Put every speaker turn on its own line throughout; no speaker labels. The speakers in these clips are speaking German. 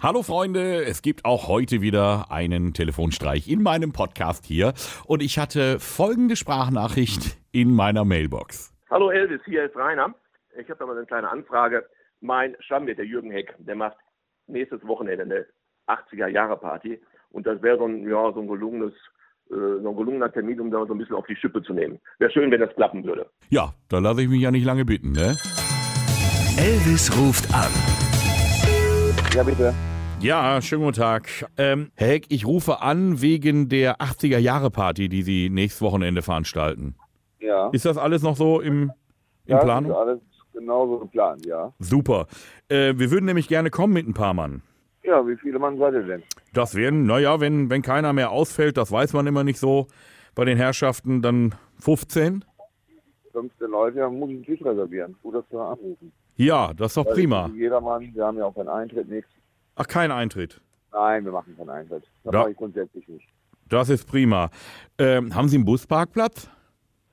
Hallo Freunde, es gibt auch heute wieder einen Telefonstreich in meinem Podcast hier und ich hatte folgende Sprachnachricht in meiner Mailbox.
Hallo Elvis, hier ist Rainer. Ich habe da mal eine kleine Anfrage. Mein Stammwirt, der Jürgen Heck, der macht nächstes Wochenende eine 80er-Jahre-Party und das wäre so ein, ja, so ein gelungenes äh, so ein gelungener Termin, um da so ein bisschen auf die Schippe zu nehmen. Wäre schön, wenn das klappen würde.
Ja, da lasse ich mich ja nicht lange bitten, ne?
Elvis ruft an.
Ja, bitte.
Ja, schönen guten Tag. Ähm, Herr Heck, ich rufe an wegen der 80er-Jahre-Party, die Sie nächstes Wochenende veranstalten.
Ja.
Ist das alles noch so im, in
Ja,
Planung?
Ist alles genauso geplant, ja.
Super. Äh, wir würden nämlich gerne kommen mit ein paar Mann.
Ja, wie viele Mann seid ihr denn?
Das werden, naja, wenn, wenn keiner mehr ausfällt, das weiß man immer nicht so, bei den Herrschaften dann 15.
15 Leute, dann muss ich einen Tisch reservieren. Gut, dass wir anrufen.
Ja, das ist doch
Weil
prima.
Jeder Mann, wir haben ja auch keinen Eintritt, nichts.
Ach, kein Eintritt.
Nein, wir machen keinen Eintritt. Das
Ja.
mache ich grundsätzlich nicht.
Das ist prima. Ähm, haben Sie einen Busparkplatz?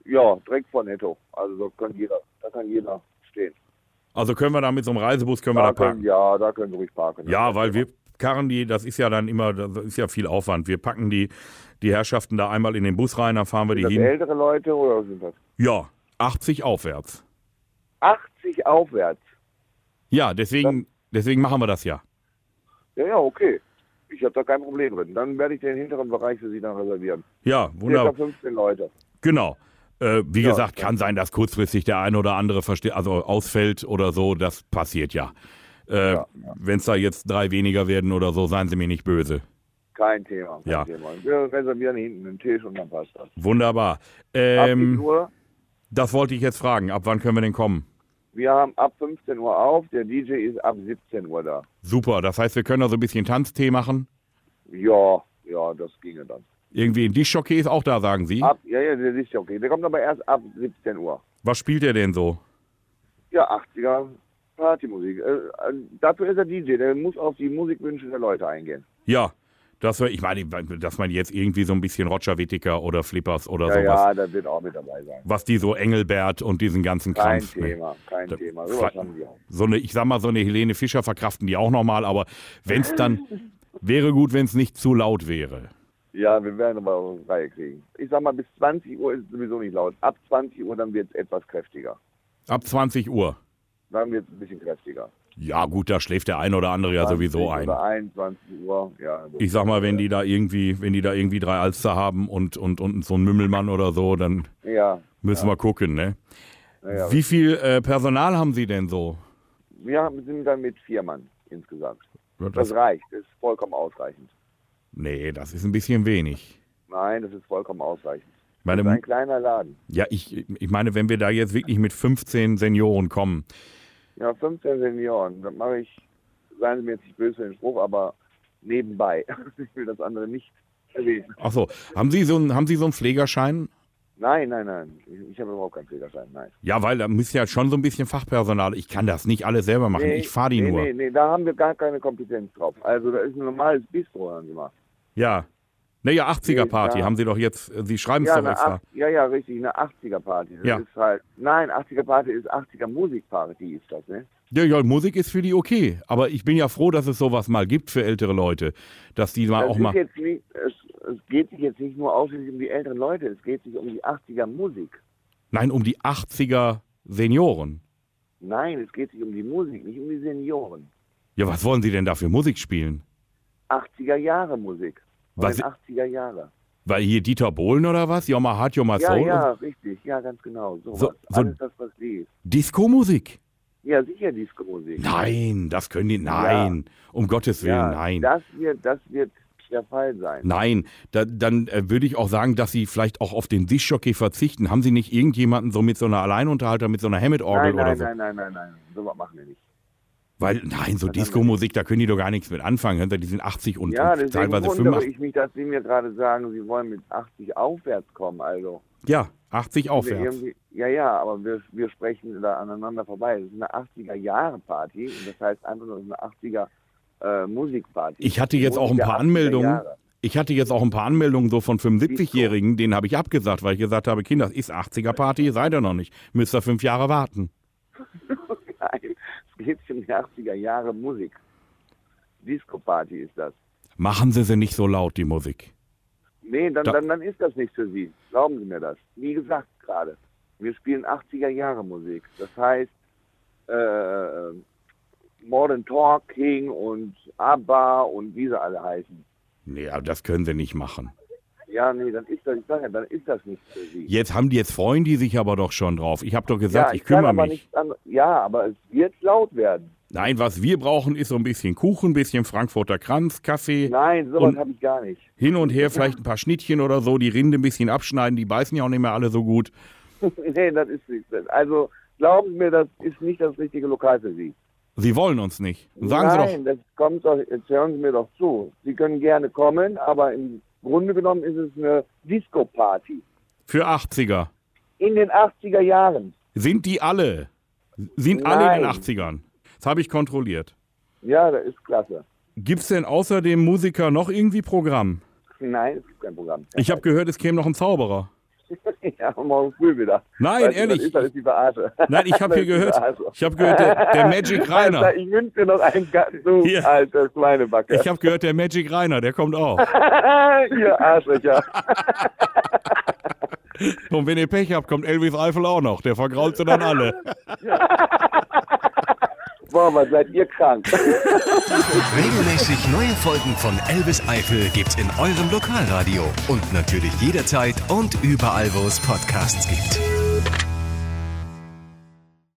Ja, direkt vor Netto. Also da kann jeder, da kann jeder stehen.
Also können wir da mit so einem Reisebus können wir da
können,
parken?
ja, da können sie ruhig parken.
Ja, weil wir karren die, das ist ja dann immer, das ist ja viel Aufwand. Wir packen die, die Herrschaften da einmal in den Bus rein, dann fahren wir die
Sind das
hin.
ältere Leute oder sind das?
Ja, 80 aufwärts.
80 aufwärts.
Ja, deswegen, deswegen machen wir das ja.
Ja, ja, okay. Ich habe da kein Problem drin. Dann werde ich den hinteren Bereich für Sie dann reservieren.
Ja,
Circa
wunderbar.
15 Leute.
Genau. Äh, wie
Ja,
gesagt,
ja.
kann sein, dass kurzfristig der eine oder andere verste- also ausfällt oder so. Das passiert ja. Äh,
Ja,
Wenn es da jetzt drei weniger werden oder so, seien Sie mir nicht böse.
Kein Thema. Kein
Ja.
Thema. Wir reservieren hinten einen Tisch und dann passt das.
Wunderbar.
Ab
Ähm,
7 Uhr,
das wollte ich jetzt fragen. Ab wann können wir denn kommen?
wir haben ab 15 Uhr auf, der DJ ist ab 17 Uhr da.
Super. Das heißt, wir können da so ein bisschen Tanztee machen.
Ja, ja, das ginge dann.
Irgendwie ein Dischjockey ist auch da, sagen Sie.
Ab, ja, ja, der ist ja okay. Der kommt aber erst ab 17 Uhr.
Was spielt er denn so?
Ja, 80er Partymusik. Äh, äh, dafür ist der DJ, der muss auf die Musikwünsche der Leute eingehen.
Ja. Das wär, ich meine, dass man jetzt irgendwie so ein bisschen Roger Whittaker oder Flippers oder
Ja,
sowas,
ja, da wird auch mit dabei sein.
was die so Engelbert und diesen ganzen
Kein
Krampf. ne?
Thema, kein
Da-
Thema. Sowas
Fra-
haben wir auch.
So eine, ich sag mal, so eine Helene Fischer verkraften die auch nochmal, aber wenn's dann, wäre gut, wenn's nicht zu laut wäre.
Ja, wir werden aber auch eine Reihe kriegen. Ich sag mal, bis 20 Uhr ist es sowieso nicht laut. Ab 20 Uhr dann wird es etwas kräftiger.
Ab 20 Uhr.
Dann wird es ein bisschen kräftiger.
Ja, gut, da schläft der ein oder andere ja
20
sowieso ein.
Oder 21 Uhr, ja. Also
Ich sag mal, wenn die da irgendwie, wenn die da irgendwie drei Alster haben und, und, und so einen Mümmelmann oder so, dann
ja,
müssen wir gucken, ne?
naja.
Wie viel äh, Personal haben Sie denn so?
Wir haben- sind dann mit vier Mann insgesamt. Das
Das,
reicht, das ist vollkommen ausreichend.
nee, das ist ein bisschen wenig.
Nein, das ist vollkommen ausreichend.
Ich meine,
Das ist ein kleiner Laden.
ja, ich, ich meine, wenn wir da jetzt wirklich mit 15 Senioren kommen,
Ja, 15 Senioren, dann mache ich, seien Sie mir jetzt nicht böse für den Spruch, aber nebenbei. Ich will das andere nicht erwähnen.
ach so, haben Sie so einen, haben Sie so einen Pflegerschein?
Nein, nein, nein, ich, ich habe überhaupt keinen Fehlerschein, nein.
Ja, weil da müsst ihr ja schon so ein bisschen Fachpersonal. Ich kann das nicht alles selber machen.
Nee,
ich fahre die
nee,
nur.
Nee, nee, da haben wir gar keine Kompetenz drauf. Also da ist ein normales Bistro, haben Sie mal.
Ja. Naja, 80er-Party
Nee, da-
haben sie doch jetzt. äh, Sie schreiben es
Ja,
doch
eine
extra.
acht- ja, ja, richtig, eine 80er-Party. Das
Ja.
ist halt, nein, 80er-Party ist 80er-Musikparty, ist das, ne?
Ja, ja, Musik ist für die okay. Aber ich bin ja froh, dass es sowas mal gibt für ältere Leute. Dass die mal
Das
Ah, auch
ist
mal.
Jetzt nicht, es, es geht sich jetzt nicht nur ausschließlich um die älteren Leute, es geht sich um die 80er-Musik.
Nein, um die 80er-Senioren.
Nein, es geht sich um die Musik, nicht um die Senioren.
Ja, was wollen sie denn da für Musik spielen?
80er-Jahre-Musik. Von
Was-
den 80er-Jahre.
Weil hier Dieter Bohlen oder was? Ja, mal Hard, ja, mal
Ja,
Soul.
ja, richtig, ja, ganz genau. Sowas.
So- so-
Alles das, was lief.
Disco-Musik?
Ja, sicher Disco-Musik.
Nein, das können die. Nein. Um Gottes Willen,
Ja,
nein.
Das wird, das wird der Fall sein.
Nein, da, dann äh, würde ich auch sagen, dass Sie vielleicht auch auf den Dischjockey verzichten. Haben Sie nicht irgendjemanden so mit so einer Alleinunterhalter, mit so einer Hammett-Orgel
Nein,
oder
nein,
so?
nein, nein, nein, nein. So was machen wir nicht.
Weil, nein, so
Nein, nein,
Disco-Musik, da können die doch gar nichts mit anfangen. Hören Sie, Die sind 80 und,
Ja,
und
deswegen
teilweise
wundere
85.
ich mich, dass Sie mir gerade sagen, Sie wollen mit 80 aufwärts kommen. Also
Ja, 80
wir
aufwärts.
irgendwie- ja, ja, aber wir, wir sprechen da aneinander vorbei. Es ist eine 80er-Jahre-Party und das heißt einfach nur es ist eine äh, 80er-Musikparty.
Ich hatte jetzt auch ein paar Anmeldungen. Ich hatte jetzt auch ein paar Anmeldungen so von 75-Jährigen, denen habe ich abgesagt, weil ich gesagt habe, Kinder, ist 80er-Party, seid ihr noch nicht. Müsst ihr fünf Jahre warten.
Nein, es geht um die 80er-Jahre-Musik. Disco-Party ist das.
Machen Sie sie nicht so laut, die Musik.
Nee, dann,
Da-
dann, dann ist das nichts für Sie. Glauben Sie mir das. Wie gesagt gerade, wir spielen 80er Jahre Musik. Das heißt, äh, Modern Talking und ABBA und wie sie alle heißen.
Nee, aber das können Sie nicht machen.
Ja, nee, dann ist das, ich sag ja, dann ist das nichts für Sie.
Jetzt haben die, jetzt freuen die sich aber doch schon drauf. Ich habe doch gesagt,
ja,
ich,
kann
kümmere
aber
mich.
nicht an, ja, aber es wird laut werden.
Nein, was wir brauchen, ist so ein bisschen Kuchen, ein bisschen Frankfurter Kranz, Kaffee,
Nein, sowas
Und-
habe ich gar nicht.
hin und her vielleicht ein paar Schnittchen oder so, die Rinde ein bisschen abschneiden, die beißen ja auch nicht mehr alle so gut.
nee, das ist nichts. Also glauben Sie mir, das ist nicht das richtige Lokal für Sie.
Sie wollen uns nicht. Sagen
Nein,
Sie doch,
das kommt doch, jetzt hören Sie mir doch zu. Sie können gerne kommen, aber im Grunde genommen ist es eine Disco-Party.
für 80er.
In den 80er Jahren.
Sind die alle? Sind alle in den
Nein.
80ern? Das habe ich kontrolliert.
Ja, das ist klasse.
Gibt es denn außer dem Musiker noch irgendwie Programm?
Nein, es gibt kein Programm.
Ich habe gehört, es käme noch ein Zauberer.
ja, morgen früh wieder.
Nein,
Weißt du,
ehrlich.
Das ist, das ist die Verarsche.
Nein, ich habe hier
Das ist die
gehört,
Verarsche.
ich habe gehört, der, der Magic Rainer.
Also. Alter, ich wünsche dir noch einen Garten, du
Hier.
alter Schweinebacke. Ah,
Ich habe gehört, der Magic Rainer, der kommt auch.
Ihr Arschlöcher.
Und wenn ihr Pech habt, kommt Elvis Eifel auch noch. Der vergrault sie dann alle.
Boah, was seid ihr krank.
Regelmäßig neue Folgen von Elvis Eifel gibt's in eurem Lokalradio und natürlich jederzeit und überall, wo es Podcasts gibt.